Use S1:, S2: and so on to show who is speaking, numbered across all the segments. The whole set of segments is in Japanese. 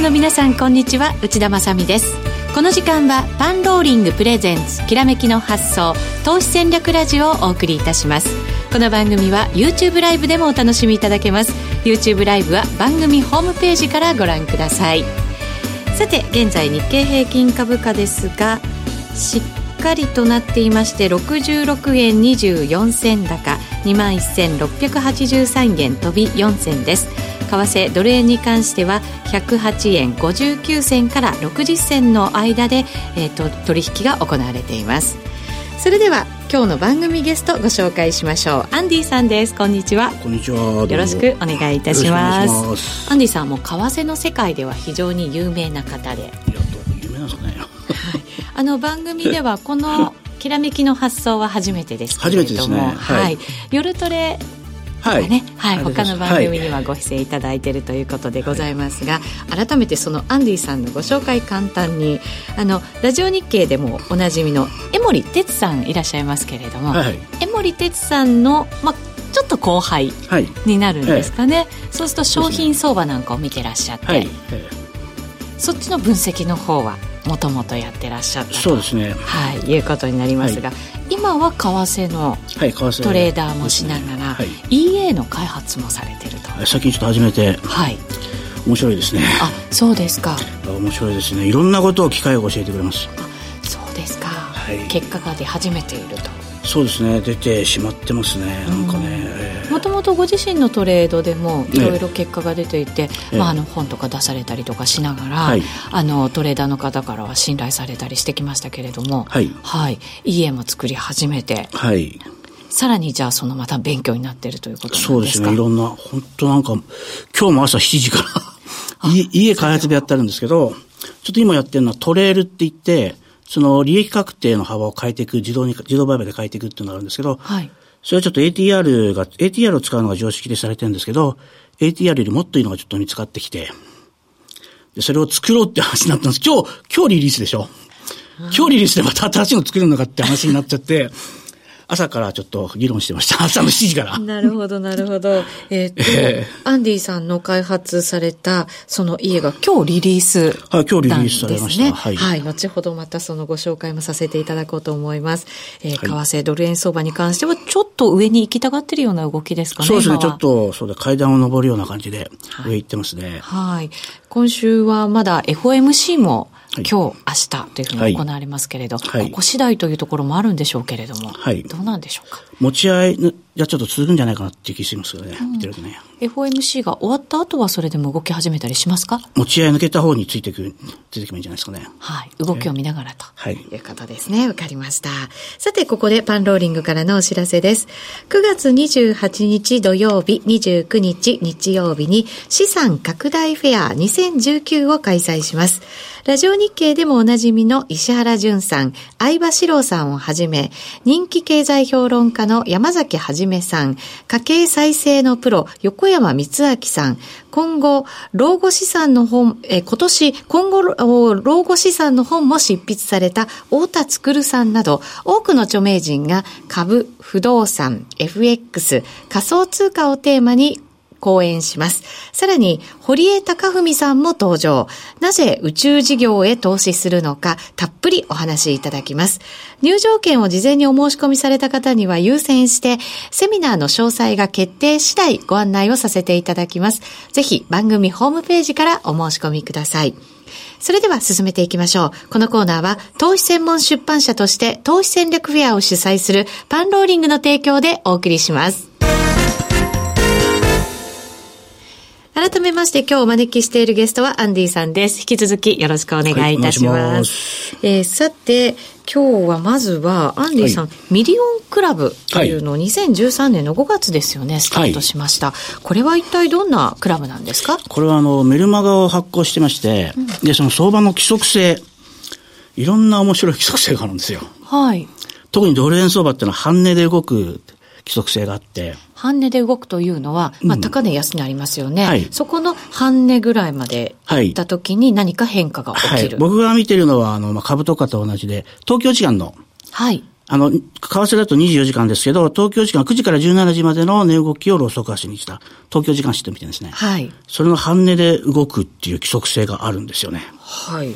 S1: の皆さんこんにちは内田まさみですこの時間はパンローリングプレゼンツきらめきの発想投資戦略ラジオをお送りいたしますこの番組は YouTube ライブでもお楽しみいただけます YouTube ライブは番組ホームページからご覧くださいさて現在日経平均株価ですがしっかりとなっていまして66円24銭高21,683円飛び4銭です為替ドル円に関しては108円59銭から60銭の間で、えーと、と取引が行われていますそれでは今日の番組ゲストご紹介しましょうアンディさんですこんにちは
S2: こんにちは。
S1: よろしくお願いいたし
S2: よろ
S1: ます
S2: くお願いします
S1: アンディさんも為替の世界では非常に有名な方で
S2: いや、どうも有名なんですかね。
S1: あの番組ではこの「きらめきの発想」は初めてですけれども、
S2: 初めてですね
S1: はい
S2: はい
S1: 夜トレ
S2: は
S1: がね、はい
S2: ありがと
S1: 他
S2: うございます
S1: の番組にはご出演いただいているということでございますが、改めてそのアンディさんのご紹介簡単にあのラジオ日経でもおなじみの江森哲さんいらっしゃいますけれども、
S2: はい。はい。
S1: 江森哲さんの、まあ、ちょっと後輩
S2: はい。
S1: になるんですかね、そうすると商品相場なんかを見てらっしゃって、
S2: はい。
S1: そっちの分析の方はもともとやってらっしゃったと
S2: そうですね。
S1: はい、いうことになりますが、今は為替の
S2: はい、為替。
S1: トレーダーもしながら、
S2: はい。
S1: EA の開発もされてると。
S2: 最近ちょっと始めて、
S1: はい、
S2: 面白いですね。
S1: あそうですか
S2: 面白いですね。いろんなことを機械が教えてくれます。
S1: そうですか、
S2: い
S1: 結果が出始めていると
S2: そうですね。出てしまってますね。なんかね。え
S1: もともとご自身のトレードでも
S2: え
S1: いろいろ結果が出ていて、
S2: ええ
S1: まあ、あの本とか出されたりとかしながら、
S2: はい
S1: あのトレーダーの方からは信頼されたりしてきましたけれども、
S2: えはい。
S1: はい、EA も作り始めて
S2: はい。
S1: さらにじゃあそのまた勉強になっているということな
S2: そ
S1: ん
S2: う
S1: で
S2: です
S1: すか
S2: ね。いろんな、本当なんか、今日も朝7時から、い家開発でやってるんですけど、ちょっと今やってるのはトレールって言って、その利益確定の幅を変えていく、自動に、自動売買で変えていくっていうのがあるんですけど、
S1: はい
S2: それはちょっと ATR が、ATR を使うのが常識でされてるんですけど、ATR よりもっといいのがちょっと見つかってきて、で、それを作ろうって話になったんです。今日、今日リリースでしょ今日リリースでまた新しいの作るのかって話になっちゃって、朝からちょっと議論してました。朝の7時から。
S1: なるほど、なるほど。 えーっと、
S2: え
S1: アンディさんの開発された、その家が今日リリース、
S2: はい今日リリースされました
S1: なんですねは。
S2: はいい
S1: 後ほどまたそのご紹介もさせていただこうと思います。えー
S2: は
S1: 為替ドル円相場に関しては、ちょっと上に行きたがってるような動きですかね。
S2: そうですね、
S1: 今
S2: ちょ
S1: は
S2: っ。と、そうだ、階段を登るような感じで、上行ってますね。
S1: はい。今週はまだ FOMC も、
S2: はい
S1: 今日、明日というふう
S2: は
S1: に
S2: い
S1: 行われますけれど、
S2: はい
S1: ここ次第というところもあるんでしょうけれども、
S2: はい
S1: どうなんでしょうか。
S2: 持ち合いがちょっと続くんじゃないかなっていう気しますよね、見てるとね。
S1: FOMC が終わった後はそれでも動き始めたりしますか
S2: 持ち合い抜けた方についてくる、ついてくるんじゃないですかね。
S1: はい、動きを見ながらと。
S2: はい
S1: いうことですね。わかりました。さて、ここでパンローリングからのお知らせです。9月28日土曜日、29日日曜日に資産拡大フェア2019を開催します。ラジオ日経でもおなじみの石原淳さん、相場志郎さんをはじめ、人気経済評論家の山崎はじめさん、家計再生のプロ、横山光明さん、今後、老後資産の本、えー今年、今後、お老後資産の本も執筆された太田つくるさんなど、多くの著名人が株、不動産、FX、仮想通貨をテーマに講演します。さらに、堀江貴文さんも登場。なぜ宇宙事業へ投資するのか、たっぷりお話しいただきます。入場券を事前にお申し込みされた方には優先して、セミナーの詳細が決定次第ご案内をさせていただきます。ぜひ、番組ホームページからお申し込みください。それでは進めていきましょう。このコーナーは投資専門出版社として投資戦略フェアを主催するパンローリングの提供でお送りします。改めまして今日お招きしているゲストはアンディさんです。引き続きよろしくお願いいたし
S2: はいお願
S1: ま。
S2: いします
S1: えーさて、今日はまずはアンディさん、
S2: は
S1: ミリオンクラブというのを2013年の5月ですよね、スタートしました。これは一体どんなクラブなんですか
S2: これはあの、メルマガを発行してまして、で、その相場の規則性、いろんな面白い規則性があるんですよ。
S1: はい。
S2: 特にドル円相場っていうのは半値で動く規則性があって、
S1: 半値で動くというのは、まあ、高値安値ありますよね、
S2: はい
S1: そこの半値ぐらいまで
S2: はい
S1: 行った時に何か変化が起
S2: は
S1: き
S2: い。
S1: る。はい。
S2: 僕が見てるのは、あの、まあ、株とかと同じで、東京時間のあの、為替だと24時間ですけど、東京時間9時から17時までの値動きをローソク足にした、東京時間指定みたいですね。
S1: はい。
S2: それの半値で動くっていう規則性があるんですよね。
S1: はい。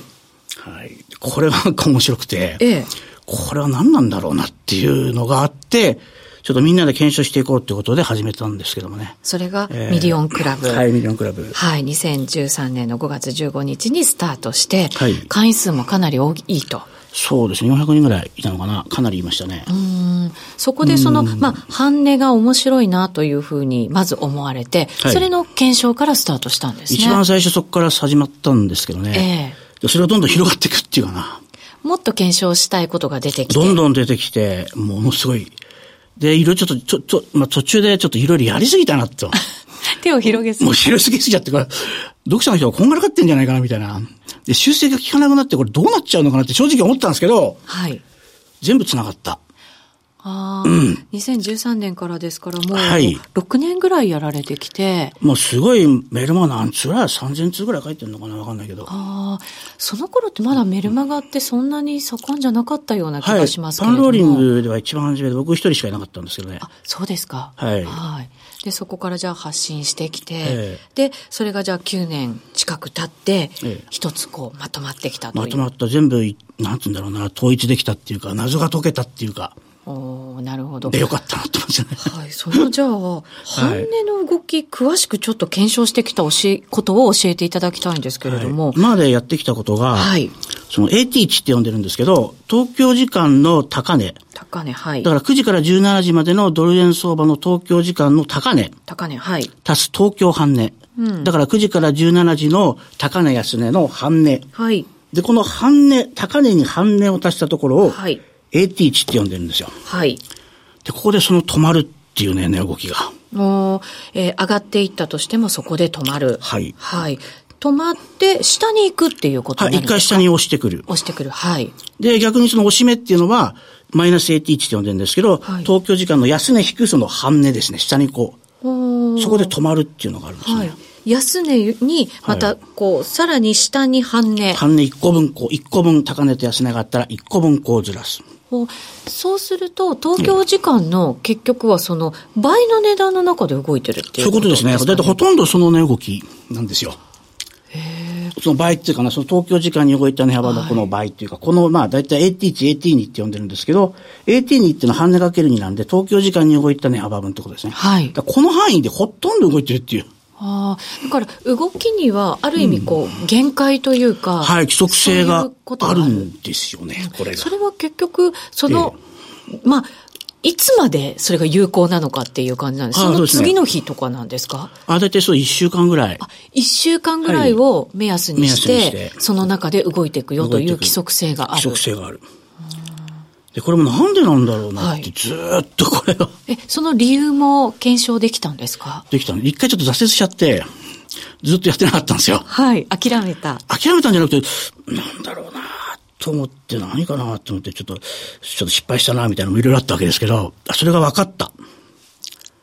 S2: はい。これがなんか面白くて。
S1: ええ。
S2: これは何なんだろうなっていうのがあって、ちょっとみんなで検証していこうってことで始めたんですけどもね。
S1: それが
S2: えー
S1: ミリオンクラブ。
S2: はい、ミリオンクラブ。
S1: はい、2013年の5月15日にスタートして、
S2: はい
S1: 会員数もかなり多いと。
S2: そうですね、400人ぐらいいたのかな。かなりいましたね。
S1: うんそこでその、まあ、半値が面白いなというふうに、まず思われて、
S2: はい
S1: それの検証からスタートしたんですね。
S2: 一番最初そこから始まったんですけどね。
S1: え
S2: でそれがどんどん広がっていくっていうかな。
S1: もっと検証したいことが出てきて。
S2: どんどん出てきて、ものすごい。で、いろいろちょっと、ちょ、ちょ、まあ、途中でちょっといろいろやりすぎた なと。
S1: 手を広げすぎ
S2: もう広すぎすぎちゃって、これ、読者の人がこんがらかってんじゃないかな、みたいな。で、修正が効かなくなって、これどうなっちゃうのかなって正直思ったんですけど、
S1: はい。
S2: 全部繋がった。
S1: ああ、2013年からですからもう、
S2: はい
S1: 6年ぐらいやられてきて、
S2: もうすごいメールマガ何通ぐらい ?3000 通ぐらい書いてるのかなわかんないけど。は
S1: ああ、その頃ってまだメルマガってそんなに盛んじゃなかったような気
S2: い。パ
S1: がしますけれ
S2: ン
S1: ども。
S2: ローリングでは一番初めで僕一人しかいなかったんですけどね。
S1: あ、そうですか。
S2: はい
S1: で、そこからじゃあ発信してきて、
S2: え
S1: で、それがじゃあ9年近く経って
S2: ええ、
S1: 一つこうまとまってきたという。
S2: まとまった全部い、なんて言うんだろうな、統一できたっていうか、謎が解けたっていうか、
S1: おーなるほど。
S2: でよかったなって思ってね。
S1: はい、そのじゃあ、半値の動き、詳しくちょっと検証してきた教え、ことを教えていただきたいんですけれども。
S2: 今までやってきたことが、
S1: はい。
S2: その AT 値って呼んでるんですけど、東京時間の高値、
S1: 高値、はい
S2: だ。から9時から17時までのドル円相場の東京時間の高値、
S1: 高値、はい。
S2: 足す東京半値。だから9時から17時の高値安値の半値。
S1: はい。
S2: で、この半値、高値に半値を足したところを、
S1: はい。
S2: AT 値って呼んでるんですよ。
S1: はい。
S2: で、ここでその止まるっていうね、値動きが。
S1: おーえー上がっていったとしてもそこで止まる。
S2: はい
S1: はい。止まって、下に行くっていうこと
S2: は
S1: にな
S2: い、
S1: る
S2: 一回下に押してくる。
S1: 押してくる。はい。
S2: で、逆にその押し目っていうのは、マイナス AT 値って呼んでるんですけど、
S1: はい
S2: 東京時間の安値引くその半値ですね、下にこ
S1: お
S2: う、
S1: ー
S2: そこで止まるっていうのがあるんですね。
S1: はい。安値に、ま
S2: は
S1: た、こう、さらに下に半値。
S2: 半値1個分こう、1個分高値と安値があったら1個分こうずらす。
S1: おそうすると、東京時間の結局はその倍の値段の中で動いてるってい
S2: そういう
S1: う
S2: こ
S1: ことと
S2: で
S1: ですす
S2: ね。
S1: ね。
S2: だいたいほとんどその値動きなんですよ。その倍っていうかな、その東京時間に動いた値幅のこの倍っていうか、このまあだいたい AT 値、AT 値って呼んでるんですけど、AT 値っていうのは半値かける2なんで、東京時間に動いた値幅分ってことですね。
S1: はい
S2: だからこの範囲でほとんど動いてるっていう。
S1: ああだから動きにはある意味こう限界というか、
S2: はい、規則性
S1: そ
S2: が
S1: ういうこと
S2: あ
S1: が
S2: るんですよね、これが
S1: そ。れは結局その、まあいつまでそれが有効なのかっていう感じなんです
S2: ああ
S1: そ
S2: そう
S1: の
S2: ですね
S1: 次の日とかなんですか
S2: あ、だいたいそう1週間ぐらい。
S1: 一週間ぐらいを目安にして,、
S2: 目安にして
S1: その中で動いていくよと
S2: 動い
S1: い
S2: て
S1: う
S2: いく
S1: 規則性があ
S2: 規
S1: る
S2: 則性がある。で、これもなんでなんだろうなっ
S1: は
S2: て、
S1: い
S2: ずーっとこれが。
S1: えその理由も検証できたんですか
S2: できたの。一回ちょっと挫折しちゃって、ずっとやってなかったんですよ。
S1: はい諦めた
S2: 諦めたんじゃなくて、なんだろうなと思って、何かなと思って、ちょっと、ちょっと失敗したなみたいなのもいろいろあったわけですけど、あそれが分かった。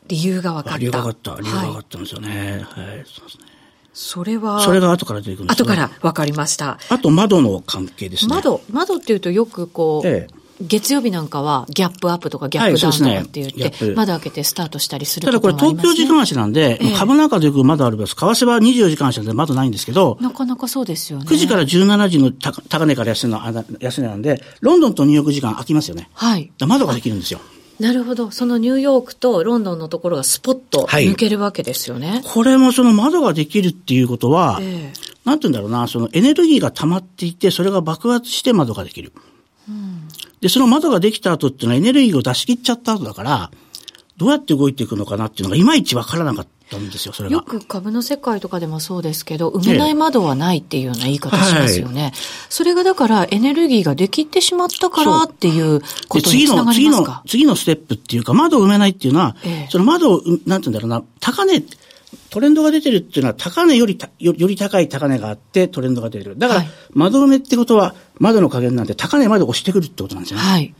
S1: 理由が分かった。
S2: あ理由が分かった。理由が分か
S1: は
S2: っ
S1: い。
S2: たんですよね。はい。そうですね。
S1: それは、
S2: それが後から出てくるんです
S1: 後
S2: けど
S1: から。分かりました。
S2: あと窓の関係ですね。
S1: 窓、窓っていうとよくこう、
S2: ええ
S1: 月曜日なんかはギャップアップとかギャップダウンとかって言って、
S2: はいそうですねギャップ
S1: 窓開けてスタートしたりする
S2: ただこれ
S1: こともあり
S2: 東
S1: ますね
S2: 京時間足なんで、
S1: ええ
S2: 株なんかでよく窓あるんです。為替は24時間足なんで窓ないんですけど、
S1: なかなかそうですよね。
S2: 9時から17時の高高値から安値のあな安値なんで、ロンドンとニューヨーク時間空きますよね。
S1: はい。
S2: だから窓ができるんですよ。
S1: なるほど。そのニューヨークとロンドンのところがスポッと
S2: はい
S1: 抜けるわけですよね。
S2: これもその窓ができるっていうことは、
S1: ええ
S2: なんて言うんだろうな、そのエネルギーが溜まっていて、それが爆発して窓ができる。で、その窓ができた後っていうのはエネルギーを出し切っちゃった後だから、どうやって動いていくのかなっていうのがいまいちわからなかったんですよ、それが。
S1: よく株の世界とかでもそうですけど、埋めない窓はないっていうような言い方しますよね。それがだからエネルギーができてしまったからっていうこ
S2: で
S1: とに
S2: 次
S1: つな
S2: の、
S1: がり
S2: 次
S1: ます
S2: の
S1: か、
S2: 次のステップっていうか、窓を埋めないっていうのは、
S1: ええ
S2: その窓を、うなんて言うんだろうな、高値、トレンドが出てるっていうのは、高値よりたよ、より高い高値があって、トレンドが出てる。だから、
S1: はい
S2: 窓埋めってことは、窓の加減なんで、高値まで押してくるってことなんですよね。
S1: はい。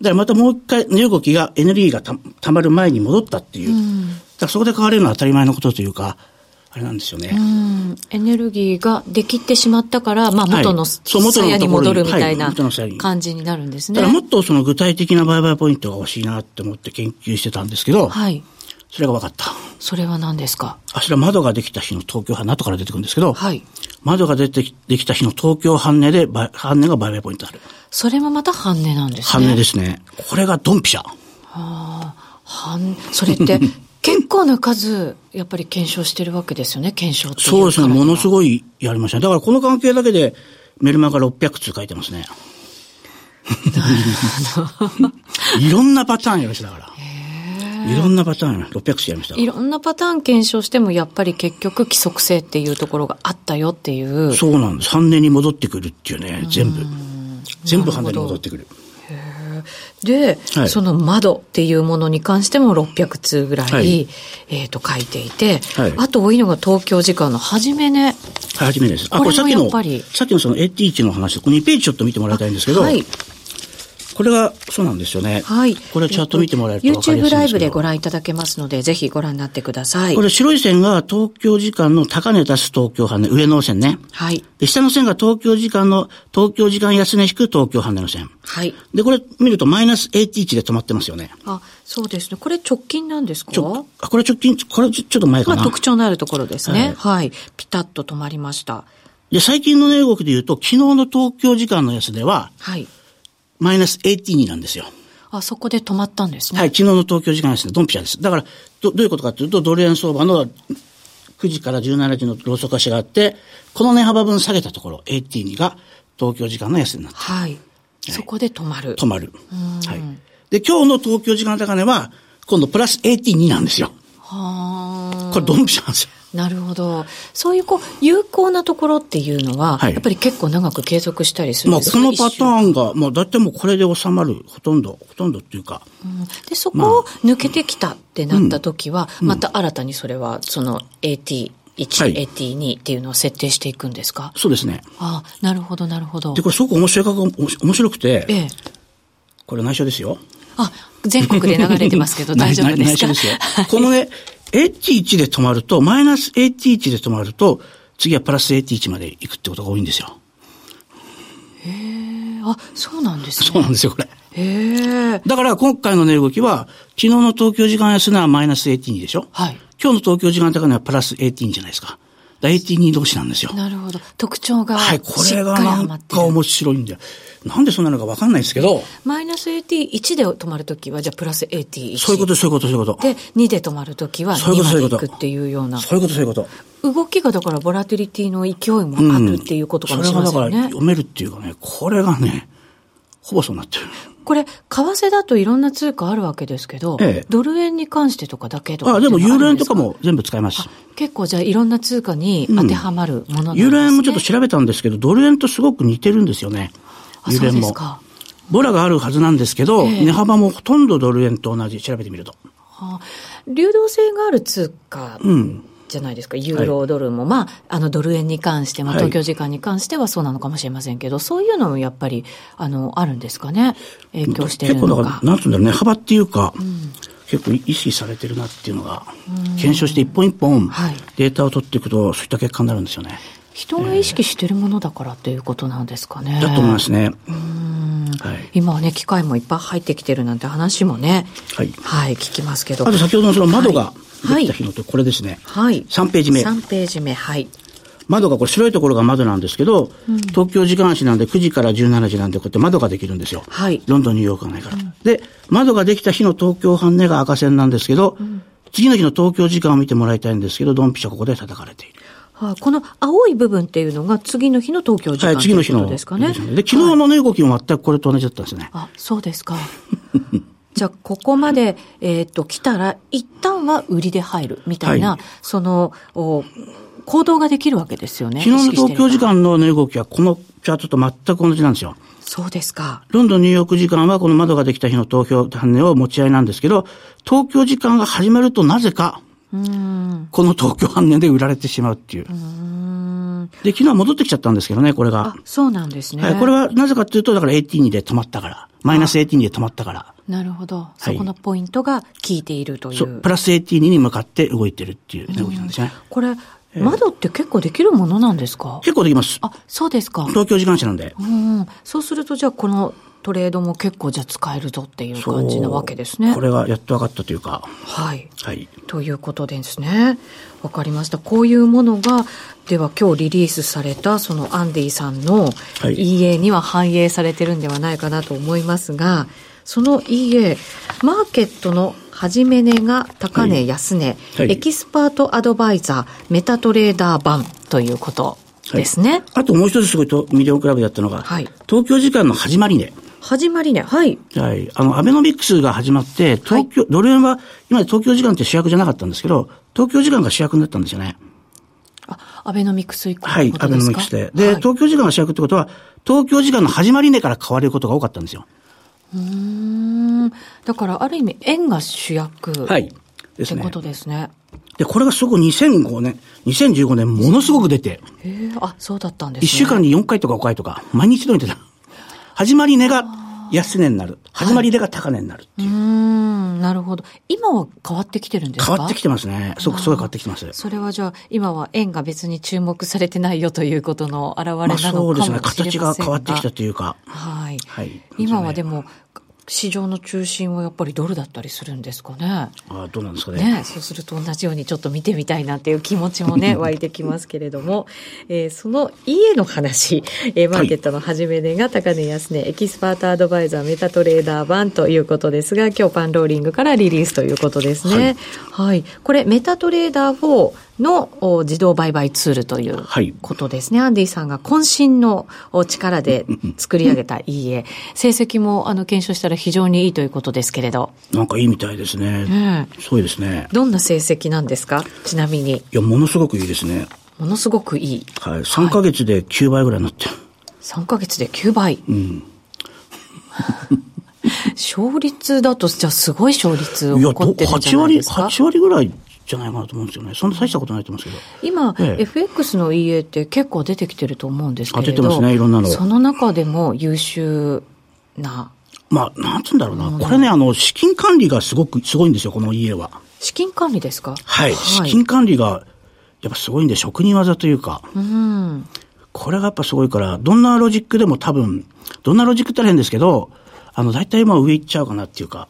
S2: だからまたもう一回、値動きが、エネルギーがたたまる前に戻ったっていう。だからそこで変われるのは当たり前のことというか、あれなんですよね。
S1: うん、エネルギーができてしまったから、まあ、元の
S2: はいそう元のところに
S1: 鞘に戻るみたい
S2: は
S1: ない
S2: 元の鞘に
S1: 感じになるんですね。
S2: ただもっとその具体的な売買ポイントが欲しいなって思って研究してたんですけど、
S1: はい。
S2: それが分かった。
S1: それは何ですか
S2: あちら窓ができた日の東京半、後から出てくるんですけど、
S1: はい。
S2: 窓が出てきできた日の東京半値で、ば半値が売買ポイントある。
S1: それもまた半値なんです
S2: 半
S1: ね。
S2: 値ですね。これがドンピシャ。
S1: はあ、半、それって 結構な数、やっぱり検証してるわけですよね、検証っていう
S2: そうですね。
S1: からに
S2: も
S1: は
S2: のすごいやりましたね。だからこの関係だけでメルマガ600通書いてますね。 いろんなパターンやりました、だから。いろんなパターンやりました。600通やりました。
S1: いろんなパターン検証しても、やっぱり結局規則性っていうところがあったよっていう。
S2: そうなんです。半値に戻ってくるっていうね、全部。全部半値に戻ってくる。
S1: で、
S2: はい
S1: その窓っていうものに関しても600通ぐらい、
S2: はい
S1: えっ、と、書いていて、
S2: はい
S1: あと多いのが東京時間の初めね。
S2: はい、初めです。あ、
S1: こ
S2: こ
S1: れ
S2: れ
S1: もや
S2: さっきの
S1: っぱり、
S2: さっきのその AT1 の話、ここ2ページちょっと見てもらいたいんですけど、
S1: はい。
S2: これがそうなんですよね。
S1: はい。
S2: これチャート見てもらえると分かりや
S1: YouTube
S2: すい
S1: ラ
S2: んで
S1: イ
S2: すけ
S1: ブ
S2: ど。
S1: でご覧いただけますので、ぜひご覧になってください
S2: こ。れ白い線が東京時間の高値出す東京半値、上の線ね。
S1: はい。
S2: で、下の線が東京時間の、東京時間安値引く東京半値の線。
S1: はい。
S2: で、これ見るとマイナス AT1 で止まってますよね。
S1: あ、そうですね。これ直近なんですか
S2: ちょ、あこれ直近、これちょちょっと前か
S1: まあ
S2: な。
S1: 特徴のあるところですね。はい、ピタッと止まりました。
S2: で、最近の値動きで言うと、昨日の東京時間の安値は、
S1: はい。
S2: マイナス AT2 なんですよ。
S1: あ、そこで止まったんですね。
S2: はい、昨日の東京時間ですね、ドンピシャです。だから、どどういうことかというと、ドル円相場の9時から17時のローソク足があって、この値幅分下げたところ、AT2 が東京時間の安値になった。
S1: はい。そこで止まる。
S2: 止まる。はい。で、今日の東京時間高値は、今度プラス AT2 なんですよ。
S1: はあ。
S2: これドンピシャなんですよ。
S1: なるほど。そういうこう、有効なところっていうのは、
S2: はい
S1: やっぱり結構長く継続したりする
S2: ま
S1: ん
S2: あ、
S1: です
S2: こ
S1: か
S2: のパタ
S1: ン。
S2: ーンが、まあ、だいたいもうこれで収まる。ほとんど、ほとんどっていうか。
S1: うんで、そこを抜けてきたってなった時は、また新たにそれは、その AT1、
S2: はい
S1: AT2 っていうのを設定していくんですか
S2: そうですね。
S1: ああ、なるほど、なるほど
S2: で、。これすごく面白いか、面白く
S1: え
S2: て、
S1: え。
S2: これ内緒ですよ。
S1: あ、全国で流れてますけ ど、大丈夫ですか
S2: 内緒内緒よ。このね、H1 で止まると、マイナス H1 で止まると、次はプラス H1 まで行くってことが多いんですよ。
S1: あ、そうなんですね。
S2: そうなんですよ、これ。
S1: へえ。
S2: だから今回の値動きは、昨日の東京時間安値はマイナス AT2 でしょ
S1: はい。
S2: 今日の東京時間高値はプラス AT2 じゃないですか。だ AT2 同士なんですよ。
S1: なるほど。特徴が
S2: は
S1: しっ
S2: い、これが
S1: かり
S2: な
S1: はまっ
S2: ん
S1: て
S2: か
S1: る。
S2: 面白いんだよ。なんでそんなのかわかんないですけど、
S1: マイナス AT1 で止まるときは、じゃあプラス AT1。
S2: そういうこと、そういうこと、そういうこと。
S1: で、2で止まるときは、
S2: そういう
S1: 2
S2: こ
S1: ま
S2: とそうい
S1: で
S2: うこと
S1: 行くっていうような。
S2: そういうこと、そういうこと。
S1: 動きがだから、ボラティリティの勢いもあるっていうことかもしれません
S2: そ
S1: よ
S2: れがだか
S1: ね。
S2: ら読めるっていうかね、これがね、ほぼそうなってる。
S1: これ、為替だといろんな通貨あるわけですけど、
S2: ええ
S1: ドル円に関してとかだけとか
S2: あ、
S1: ってい
S2: で
S1: うの
S2: も、
S1: は
S2: ユー
S1: る
S2: ロ
S1: ん
S2: 円
S1: で
S2: と
S1: す
S2: かも全部使えます。
S1: 結構じゃあいろんな通貨に当てはまるものなんですね。
S2: ユーロ円もちょっと調べたんですけど、ドル円とすごく似てるんですよね。
S1: あ
S2: ユーロ円
S1: そうです
S2: も
S1: か。
S2: ボラがあるはずなんですけど、
S1: ええ
S2: 値幅もほとんどドル円と同じ、調べてみると。
S1: あ流動性がある通貨じゃないですか、ユーロ、ドルも、まあ、あのドル円に関して、まあ、
S2: はい
S1: 東京時間に関してはそうなのかもしれませんけど、そういうのもやっぱりあのあるんですかね、影響している
S2: 結構
S1: の
S2: だ
S1: が
S2: から、。なんつうんだろうね、幅っていうか、結構意識されてるなっていうのが、検証して一本一本
S1: はい、
S2: データを取っていくと、そういった結果になるんですよね。
S1: 人が意識しているものだからということなんですかね。
S2: だと思いますね。はい。
S1: 今はね、機械もいっぱい入ってきてるなんて話もね、
S2: はい。
S1: はい、聞きますけど。
S2: あと先ほどのその窓が
S1: は
S2: で
S1: い
S2: きた日のと、これですね。
S1: はい。
S2: 3ページ目。
S1: 3ページ目、はい。
S2: 窓がこれ白いところが窓なんですけど、東京時間足なんで9時から17時なんでこうやって窓ができるんですよ。
S1: はい
S2: ロンドン、ニューヨークがないから。で、窓ができた日の東京半値が赤線なんですけど、次の日の東京時間を見てもらいたいんですけど、ドンピシャここで叩かれている。
S1: はいこの青い部分っていうのが次の日の東京時間
S2: はい、
S1: と
S2: 次の日
S1: いうこ
S2: の。
S1: とですかね。
S2: で、昨日の値動きも全くこれと同じだったんですね。
S1: あ、そうですか。 じゃあ、ここまで、えっ、と、来たら、一旦は売りで入る、みたいな、
S2: はい
S1: その、お行動ができるわけですよね。
S2: 昨日の東京時
S1: 意識してれば。
S2: 間の値動きはこのチャートと全く同じなんですよ。
S1: そうですか。
S2: ロンドン、ニューヨーク時間はこの窓ができた日の東京半値を持ち合いなんですけど、東京時間が始まるとなぜか、この東京半値で売られてしまうっていう。で、昨日は戻ってきちゃったんですけどね、これ
S1: あ
S2: が。、
S1: そうなんですね。
S2: はい、これはなぜかっていうと、だから AT2 で止まったから。マイナス18で止まったから。
S1: なるほど。
S2: い
S1: そこのポイントが効いているとい
S2: そう、
S1: う。
S2: プラス18に向かって動いてるっていうね動きなんですね。
S1: これ、窓って結構できるものなんですか
S2: 結構できます。
S1: あ、そうですか。
S2: 東京時間車なんで。
S1: うんうん。そうすると、じゃあこのトレードも結構じゃあ使えるぞっていう感じなわけですね
S2: こ。れがやっと分かったというか、
S1: はい。
S2: はい。
S1: ということですね。わかりました。こういうものが、では今日リリースされた、そのアンディさんの
S2: はい
S1: EA には反映されてるんではないかなと思いますが、その EA、マーケットの始め値が高
S2: は
S1: 値
S2: い
S1: 安値、
S2: はい
S1: エキスパートアドバイザー、メタトレーダー版ということですね。
S2: あともう一つすごいとミリオンクラブだったのが、
S1: はい
S2: 東京時間の始まりね。
S1: 始まり値、はい。
S2: はい。あの、アベノミクスが始まって、東京、ドル円は、今まで東京時間って主役じゃなかったんですけど、東京時間が主役になったんですよね。
S1: あ、アベノミクス以降
S2: は
S1: の
S2: い
S1: こ、
S2: ア
S1: と
S2: ベ
S1: で
S2: ノ
S1: す
S2: ミ
S1: か
S2: クスで。で、東京時間が主役ってことは、東京時間の始まり値から変われることが多かったんですよ。
S1: うーんだからある意味円が主役っ
S2: はい。で
S1: て
S2: すね
S1: こ。とですね。
S2: で、これがすごく2005年、2015年ものすごく出て、
S1: へえあそうだったんですね。
S2: 1週間に4回とか5回とか、毎日のように出た。始まり値が安値になる。始まり値が高値になる。
S1: うーんなるほど。今は変わってきてるんですか
S2: 変わってきてますね。すごくすごい変わってきてます。
S1: それはじゃあ今は円が別に注目されてないよということの表れな
S2: まあ
S1: のか
S2: そう
S1: も
S2: です
S1: しれ
S2: ね。
S1: ませんが、
S2: 形が変わってきたというか。
S1: はい。
S2: はい
S1: 今はでも市場の中心はやっぱりドルだったりするんですかね。
S2: ああどうなんですかね。
S1: ね、そうすると同じようにちょっと見てみたいなっていう気持ちも ね、湧いてきますけれども、えーその家の話、えーマーケットの始め値が高値安値、エキスパートアドバイザーメタトレーダー版ということですが、今日パンローリングからリリースということですね。はい。これ、メタトレーダー4のお自動売買ツールという
S2: はい
S1: ことですね。アンディさんが渾身のお力で作り上げた家。成績もあの検証したら非常にいいということですけれど。
S2: なんかいいみたいですね。
S1: ねえ
S2: そうですね。
S1: どんな成績なんですかちなみに。
S2: いや、ものすごくいいですね。
S1: ものすごくいい。
S2: はい。3ヶ月で9倍ぐらいになってる。
S1: 3ヶ月で9倍。
S2: うん。
S1: 勝率だと、じゃあすごい勝率を
S2: いや、ど
S1: 誇ってるんじ
S2: 8
S1: ゃない
S2: 割、
S1: ですか
S2: 8割ぐらいじゃないかなと思うんですよね。そんな大したことないと思うんですけ
S1: 今、
S2: ええ
S1: FX の EA って結構出てきてると思うんですけれど。
S2: あ出てますねいろんなの
S1: その中でも優秀な、
S2: ど。まあ、なんつうんだろうな。これね、あの、資金管理がすごく、すごいんですよ、この家は。
S1: 資金管理ですか
S2: はい。資金管理が、やっぱすごいんで、職人技というか。
S1: うん。
S2: これがやっぱすごいから、どんなロジックでも多分、どんなロジックって言ったら変ですけど、あの、大体今上行っちゃうかなっていうか、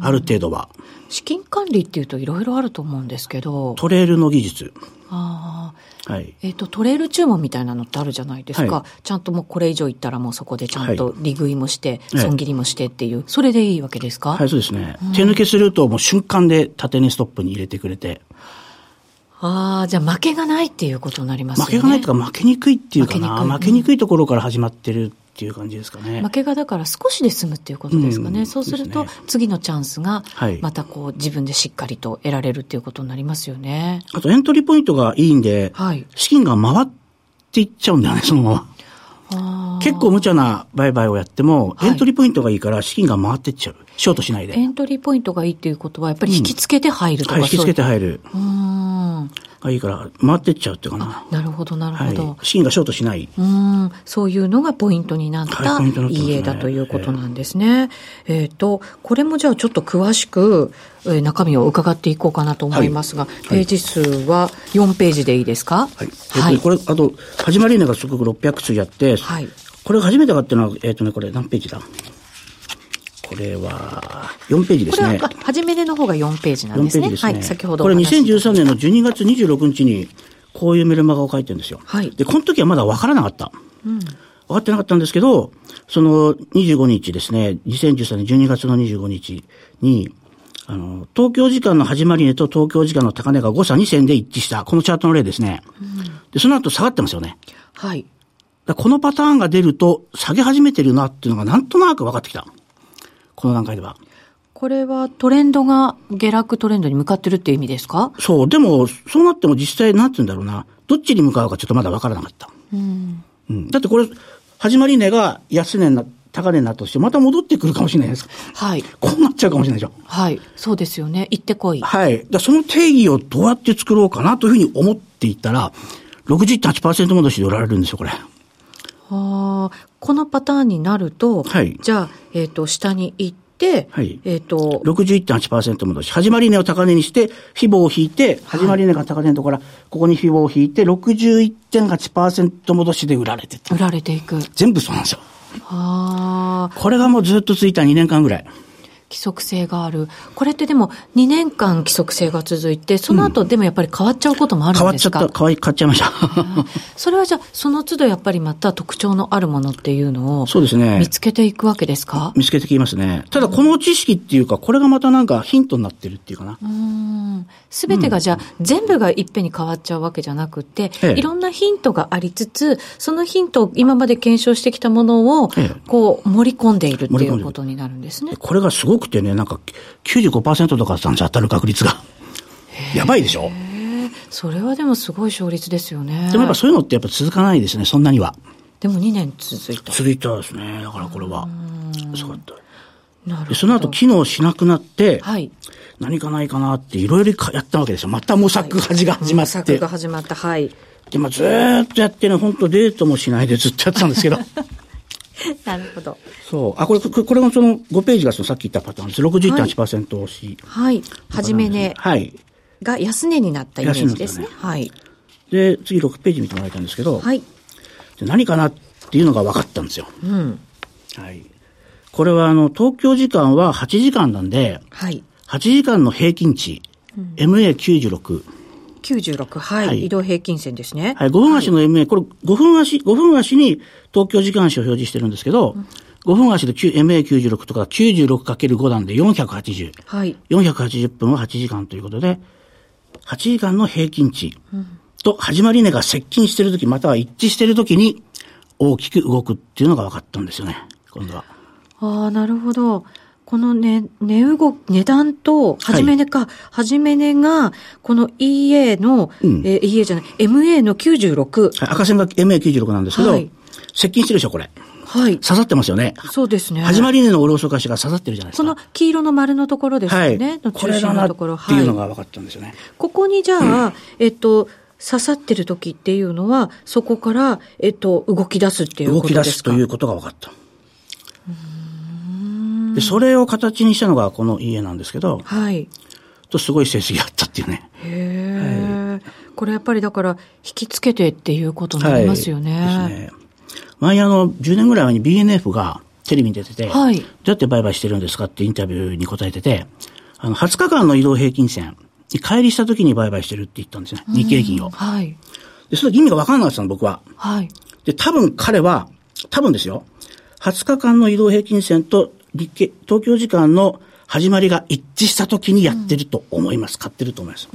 S2: ある程度は。
S1: 資金管理っていうといろいろあると思うんですけど、
S2: トレールの技術。
S1: ああ、
S2: はい。
S1: えっとトレール注文みたいなのってあるじゃないですか、
S2: は
S1: ちゃんともうこれ以上いったらもうそこでちゃんと
S2: は
S1: 利食いもして、
S2: ええ
S1: 損切りもしてっていう、それでいいわけですか、
S2: はい、そうですね。手抜けするともう瞬間で縦にストップに入れてくれて、
S1: ああ、じゃあ負けがないっていうことになりますよね。
S2: 負けがないというか負けにくいっていうかな、
S1: 負けにくい
S2: 負けにくいところから始まってるっていう感じですかね
S1: 負。けがだから少しで済むっていうことですかね。
S2: うん
S1: そうする
S2: そ
S1: と
S2: うです
S1: 次のチャンスが
S2: はい
S1: またこう自分でしっかりと得られるっていうことになりますよね。
S2: あとエントリーポイントがいいんで、
S1: はい。
S2: 資金が回っていっちゃうんだよね、そのまま。
S1: あー
S2: 結構無茶な売買をやっても、
S1: はい
S2: エントリーポイントがいいから資金が回ってっちゃう。ショートしないで。
S1: エントリーポイントがいいっていうことはやっぱり引き付けて入るとか、
S2: はい、引き付けて入る。
S1: そういう。うーん。
S2: がいいから、回ってっちゃうっていうかな。
S1: なるほど、なる
S2: は
S1: ほ
S2: い
S1: ど。。
S2: 資金がショートしない。
S1: うーん、そういうのがポイントになった
S2: はいポイントになってますね
S1: 家だということなんですね。えっ、と、これもじゃあちょっと詳しく、えー中身を伺っていこうかなと思いますが、
S2: い
S1: ページ数は4ページでいいですか
S2: は
S1: は
S2: い。えっとね
S1: い。
S2: これ、あと、始まり値がすごく600通やって、
S1: はい
S2: これが初めてかっていうのは、えっ、とね、これ何ページだこれは、4ページで
S1: こ
S2: す
S1: れは、
S2: ね。
S1: あ初めでの方が4ページなんで
S2: 4
S1: す
S2: ペー
S1: ね。
S2: ジですね。
S1: はい、先ほどお
S2: これ
S1: 話し
S2: 2013年の12月26日に、こういうメルマガを書いてるんですよ。
S1: はい
S2: で、この時はまだ分からなかった。分かってなかったんですけど、その25日ですね、2013年12月の25日に、あの、東京時間の始まり値と東京時間の高値が誤差2線で一致した、このチャートの例ですね。で、その後下がってますよね。
S1: はい。
S2: だからこのパターンが出ると、下げ始めてるなっていうのがなんとなく分かってきた。この段階では。
S1: これはトレンドが下落トレンドに向かってるって意味ですか
S2: そう、でも、そうなっても実際、なんて言うんだろうな、どっちに向かうかちょっとまだ分からなかった。
S1: うん。
S2: うん、だってこれ、始まり値が安値にな、高値になったとして、また戻ってくるかもしれないです。
S1: はい。
S2: こうなっちゃうかもしれないでしょ。
S1: はい。そうですよね。行ってこい。
S2: はい。だからその定義をどうやって作ろうかなというふうに思っていったら、68%戻しで売られるんですよ、これ。
S1: ああ、このパターンになると、
S2: はい
S1: じゃあ、えっ、と、下に行って、
S2: はい
S1: えっ、と、
S2: 61.8%戻し、始まり値を高値にして、フィボを引いて、始まり値が高値のところから、ここにフィボを引いて、61.8%戻しで売られてた。
S1: 売られていく。
S2: 全部そうなんですよ。
S1: ああ、
S2: これがもうずっとついた2年間ぐらい。
S1: 規則性がある。これってでも、2年間規則性が続いて、その後、でもやっぱり変わっちゃうこともあ
S2: 変
S1: る
S2: わ
S1: ん
S2: っ
S1: です
S2: ちゃっ
S1: か
S2: た、変わり変わっちゃいました。
S1: それはじゃあ、その都度やっぱりまた特徴のあるものっていうのを、
S2: そうですね
S1: 見つけていくわけですか
S2: 見つけてきますね。ただこの知識っていうか、これがまたなんかヒントになってるっていうかな。
S1: すべてがじゃあ、全部がいっぺんに変わっちゃうわけじゃなくて、
S2: ええ
S1: いろんなヒントがありつつ、そのヒントを今まで検証してきたものを
S2: ええ、
S1: こう、盛り込んでいるって
S2: 盛
S1: い
S2: り込んで
S1: う
S2: る
S1: ことになるんですね。
S2: これがすごくてね、なんか95%とかだったんですよ、当たる確率が。やばいでしょ
S1: それはでもすごい勝率ですよね。
S2: でもやっぱそういうのってやっぱ続かないですね、そんなには。
S1: でも2年続いた。
S2: 続いたですね、だからこれは。すごかった。
S1: なるほ
S2: で、
S1: ど。
S2: その後機能しなくなって、
S1: はい。
S2: 何かないかなっていろいろやったわけですよ。また模索始が始まっ
S1: 作
S2: て
S1: が。始まった。はい。
S2: で、まあずーっとやってね、本当デートもしないでずっとやってたんですけど。
S1: なるほど。
S2: そう。あ、これ、これこれもその5ページがそのさっき言ったパターンです。61.8%押し。
S1: はい。始め値
S2: はい。
S1: が安値になったイメージですね。
S2: 安
S1: はい。
S2: で、次6ページ見てもらいたいんですけど、
S1: はい。
S2: で何かなっていうのが分かったんですよ。
S1: うん。
S2: はい。これはあの、東京時間は8時間なんで、
S1: はい。
S2: 8時間の平均値、MA96。
S1: 96、はい、
S2: はい
S1: 移動平均線ですね。
S2: はい、5分足の MA、これ5分足、5分足に東京時間足を表示してるんですけど、5分足で 9- MA96 とか 96×5 なんで480。
S1: はい。
S2: 480分は8時間ということで、8時間の平均値と始まり値が接近してるとき、または一致してるときに大きく動くっていうのが分かったんですよね、今度は。
S1: ああ、なるほど。このね、値動き、値段と、
S2: はい
S1: 始め値か、始め値が、この EA の、
S2: うん
S1: えー EA じゃない、MA の96。
S2: はい赤線が MA96 なんですけど、
S1: はい
S2: 接近してるでしょ、これ。
S1: はい。
S2: 刺さってますよね。
S1: そうですね。
S2: 始まり値のおろそかしが刺さってるじゃないで
S1: こ
S2: すか。
S1: の黄色の丸のところです
S2: は
S1: よ
S2: い
S1: ね。の。中
S2: これだ
S1: 心
S2: な
S1: の
S2: っ
S1: ところ。
S2: ていうのが分かったんですよね。
S1: ここにじゃあ、えっと、刺さってる時っていうのは、そこから、えっと、動き出すっていうこ
S2: 動き
S1: と
S2: 出
S1: です
S2: す
S1: か
S2: ということが分かった。で、それを形にしたのがこの家なんですけど、
S1: はい。
S2: とすごい成績だったっていうね。
S1: へえ、これやっぱりだから、引きつけてっていうことになりますよね。
S2: はいですね前あの、10年ぐらい前に BNF がテレビに出てて、
S1: はい
S2: どうやって売買してるんですかってインタビューに答えてて、あの、20日間の移動平均線に乖離した時に売買してるって言ったんですね。日経平均を。
S1: はい。
S2: で、その時意味が分からなかったの、僕は。
S1: はい。
S2: で、多分彼は、多分ですよ、20日間の移動平均線と日経、東京時間の始まりが一致した時にやってると思います。買ってると思います。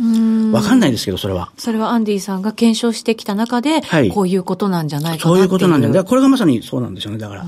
S2: わかんないですけど、それは。
S1: それはアンディさんが検証してきた中で、
S2: はい
S1: こういうことなんじゃないかな
S2: そういうことなんだよ。だ
S1: よ。
S2: からこれがまさにそうなんですよね。だから。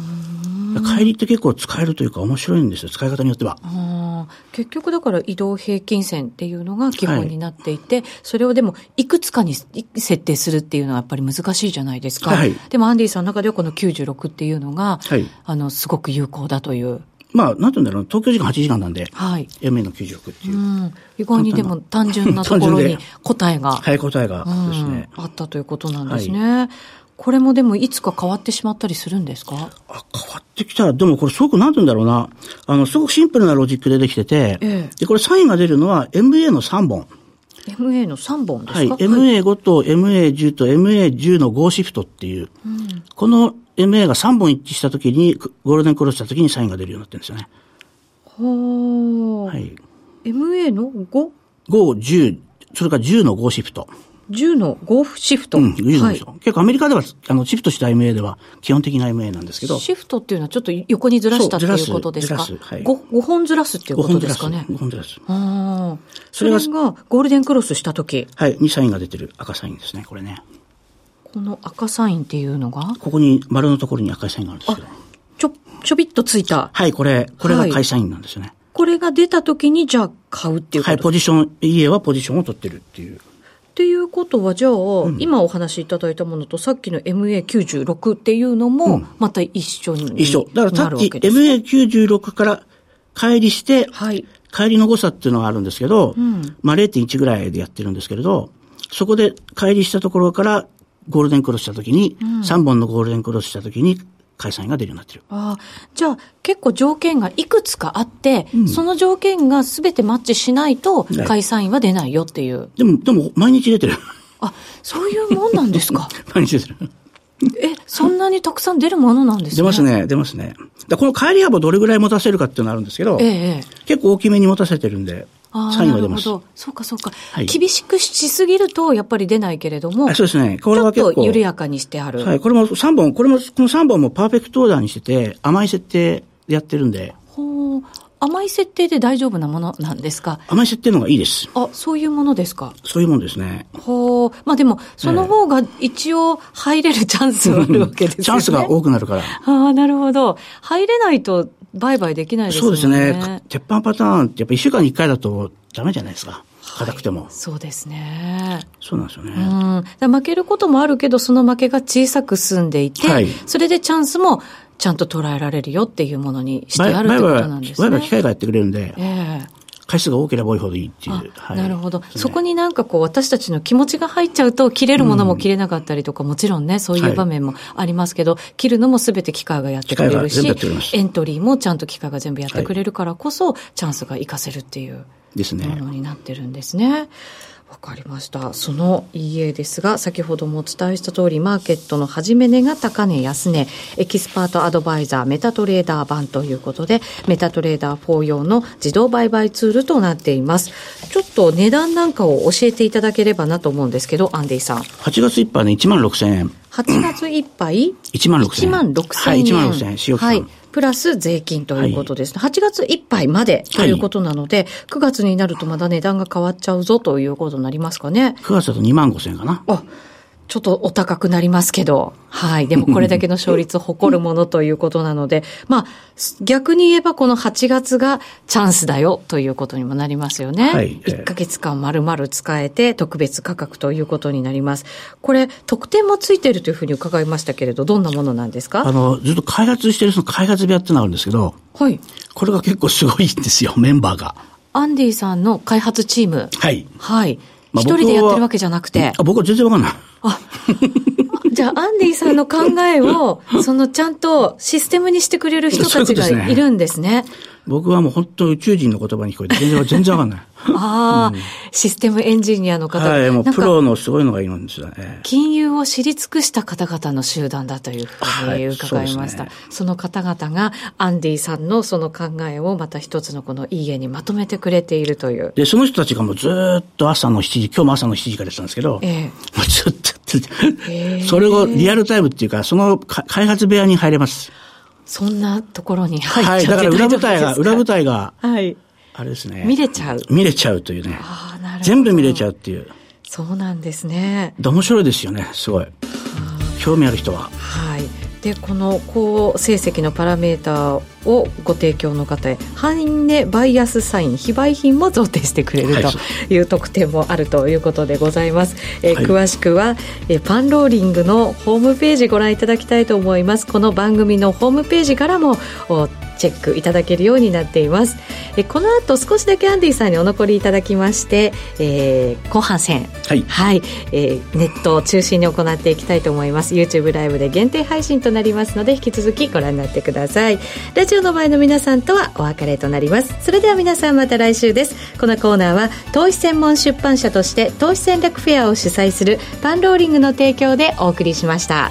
S2: 帰りって結構使えるというか面白いんですよ。使い方によっては。
S1: うん結局だから移動平均線っていうのが基本になっていて、それをでもいくつかにい設定するっていうのはやっぱり難しいじゃないですか。
S2: はい
S1: でもアンディさんの中ではこの96っていうのが、
S2: はい
S1: あの、すごく有効だという。
S2: まあ、なんて言うんだろう。東京時間8時間なんで、
S1: はい。
S2: MA の96っていうう。
S1: ん、意外にでも単純なところに答えが、
S2: はい、答えが
S1: うん
S2: ですね。
S1: あったということなんですね。これもでもいつか変わってしまったりするんですか
S2: あ、変わってきた。でもこれすごくなんて言うんだろうな。あの、すごくシンプルなロジックでできてて、
S1: ええ
S2: で、これサインが出るのは MA の3本。
S1: MA の3本ですか、
S2: はい。MA5 と MA10 と MA10 の5シフトっていう、この MA が3本一致したときに、ゴールデンクロスしたときにサインが出るようになってるんですよね。
S1: ほー
S2: はい。
S1: MA の5、
S2: 5、10、それから10の5シフト。
S1: 10の5シフト。
S2: うん、10の
S1: は
S2: 5シ
S1: い
S2: フト。結構アメリカでは、あの、シフトした MA では基本的な MA なんですけど、
S1: シフトっていうのはちょっと横にずらしたって
S2: そうずら
S1: い
S2: す
S1: うことですか
S2: ずらすはい
S1: 5, 五本ずらすっていうこ
S2: 5
S1: と
S2: 本
S1: で
S2: ずら
S1: す
S2: す。
S1: かね。
S2: 5本ずらす。
S1: あーそ
S2: そ
S1: れ
S2: れ
S1: が
S2: が
S1: ゴールデンクロスした時
S2: はい、にサインが出てる赤サインですね、これね。
S1: この赤サインっていうのが、
S2: ここに、丸のところに赤いサインがあるんですけど。
S1: ちょ、ちょびっとついた。
S2: はい、これ、これ
S1: は
S2: が
S1: い
S2: 買いサインなんですよね。
S1: これが出た時に、じゃあ買うっていうこ
S2: は
S1: と
S2: い、ポジション、EA はポジションを取ってるっていう。
S1: っていうことは、じゃあ、今お話しいただいたものと、さっきの MA96 っていうのも、また一緒になるわけで
S2: 一
S1: す。
S2: 緒。だからさっき MA96 から乖離して、
S1: はい。
S2: 帰りの誤差っていうのがあるんですけど、まあ0.1ぐらいでやってるんですけれど、そこで帰りしたところからゴールデンクロスした時に、3本のゴールデンクロスした時に、解散が出るようになってる。
S1: ああじゃあ結構条件がいくつかあって、その条件が全てマッチしないと
S2: い
S1: 会社員は出ないよっていう、
S2: でも、でも、毎日出てる。
S1: あそういうもんなんですか
S2: 毎日出てる。
S1: えそんなにたくさん出るものなんですね
S2: 出ますね、出ますね。だからこの帰り幅をどれぐらい持たせるかっていうのがあるんですけど、
S1: ええええ
S2: 結構大きめに持たせてるんで、
S1: あ
S2: サ
S1: あ
S2: イン
S1: な
S2: は出
S1: る
S2: ま
S1: ほ
S2: す。
S1: どそうかそうか、
S2: はい
S1: 厳しくしすぎるとやっぱり出ないけれども
S2: あそうですね。これは
S1: ちょ
S2: 結
S1: っと
S2: 構。
S1: 緩やかにしてある、
S2: はい、これも3本、これも、この3本もパーフェクトオーダーにしてて、甘い設定でやってるんで、
S1: ほう甘い設定で大丈夫なものなんですか
S2: 甘い設定の方がいいです。
S1: あそういうものですか
S2: そういうもんですね。
S1: ほうまあでもその方が一応入れるチャンスはあるわけですよね
S2: チャンスが多くなるから。
S1: ああ、なるほど。入れないと売買できないです
S2: そ
S1: も
S2: うんで
S1: ね。
S2: すね。か鉄板パターンってやっぱ1週間に1回だとダメじゃないですか。硬くても。
S1: そうですね。
S2: そうなんですよね。
S1: うん。だから負けることもあるけど、その負けが小さく済んでいて、
S2: はい
S1: それでチャンスもちゃんと捉えられるよっていうものにして
S2: バイ
S1: あるということなんです
S2: バイバイは
S1: ね
S2: 機。械がやってくれるんで、
S1: ええ
S2: 回数が多ければ多いほどいいってい
S1: あ
S2: う。はい
S1: なるほど、
S2: すね
S1: そこになんかこう、私たちの気持ちが入っちゃうと、切れるものも切れなかったりとか、もちろんね、そうい
S2: はいう
S1: 場面もありますけど、切るのもすべて機械がやってくれる
S2: 機械が全部
S1: し
S2: やってくれます、
S1: エントリーもちゃんと機械が全部やってくれるからこそ、チャンスが活かせるっていう
S2: ですね。
S1: ものになってるんですね。わかりました。その EA ですが、先ほどもお伝えした通り、マーケットの始め値が高値安値、エキスパートアドバイザー、メタトレーダー版ということで、メタトレーダー4用の自動売買ツールとなっています。ちょっと値段なんかを教えていただければなと思うんですけど、アンディさん。
S2: 8月いっぱいね、1万6千円。
S1: 8月いっぱい
S2: 1万6000
S1: 1万6000円。
S2: はい、1万6000円。使用期間。
S1: はい。プラス税金ということですね。8月いっぱいまでということなので、9月になるとまだ値段が変わっちゃうぞということになりますかね。
S2: 9月だと2万5千円かな。
S1: あ、ちょっとお高くなりますけど、はい。でもこれだけの勝率を誇るものということなの で、まあ、逆に言えばこの8月がチャンスだよということにもなりますよね。
S2: はい
S1: 1ヶ月間丸々使えて特別価格ということになります。これ、特典もついてるというふうに伺いましたけれど、どんなものなんです
S2: あ
S1: か
S2: の、ずっと開発してるその開発部屋ってのがあるんですけど、
S1: はい。
S2: これが結構すごいんですよ、メンバーが。
S1: アンディさんの開発チーム。
S2: はい。
S1: はい。
S2: まあ
S1: 一人でやってるわけじゃなくて。
S2: あ僕は全然わかんない。
S1: じゃあ、アンディさんの考えを、そのちゃんとシステムにしてくれる人たちがいるんですね。
S2: 僕はもう本当宇宙人の言葉に聞こえて、全然、全然わかん ない。
S1: ああ、システムエンジニアの方。
S2: はい、もう
S1: なん
S2: プ
S1: か、
S2: ロのすごいのがいるんですよね。
S1: 金融を知り尽くした方々の集団だというふう
S2: は
S1: に
S2: い
S1: 伺いました。
S2: そう
S1: そ
S2: です
S1: の方々が、アンディさんのその考えをまた一つのこの EA にまとめてくれているという。
S2: で、その人たちがもうずーっと朝の7時、今日も朝の7時からやってたんですけど、
S1: ええ
S2: もうずっとやってて、 それをリアルタイムっていうか、そのか開発部屋に入れます。
S1: そんなところに入
S2: は
S1: っ
S2: い、
S1: ちゃ
S2: だ
S1: っ
S2: か
S1: て大
S2: ら裏
S1: 丈夫
S2: 舞
S1: で
S2: 台
S1: す
S2: が、
S1: か
S2: 裏舞台が、
S1: はい。
S2: あれですね。
S1: 見れちゃう
S2: 見れちゃうというね。
S1: ああ、なるほど。
S2: 全部見れちゃうっていう。
S1: そうなんですね。
S2: で面白いですよね、すごい。興味ある人は。
S1: はい。でこの好成績のパラメーターをご提供の方へ反値バイアスサイン非売品も贈呈してくれる
S2: はい
S1: という特典もあるということでございます、えー
S2: はい
S1: 詳しくは、えーパンローリングのホームページご覧いただきたいと思いますこの番組のホームページからもおチェックいただけるようになっています、えーこの後少しだけアンディさんにお残りいただきまして、えー後半戦
S2: はい。
S1: はい、えーネットを中心に行っていきたいと思います YouTube ライブで限定配信となりますので引き続きご覧になってくださいラジオの前の皆さんとはお別れとなりますそれでは皆さんまた来週ですこのコーナーは投資専門出版社として投資戦略フェアを主催するパンローリングの提供でお送りしました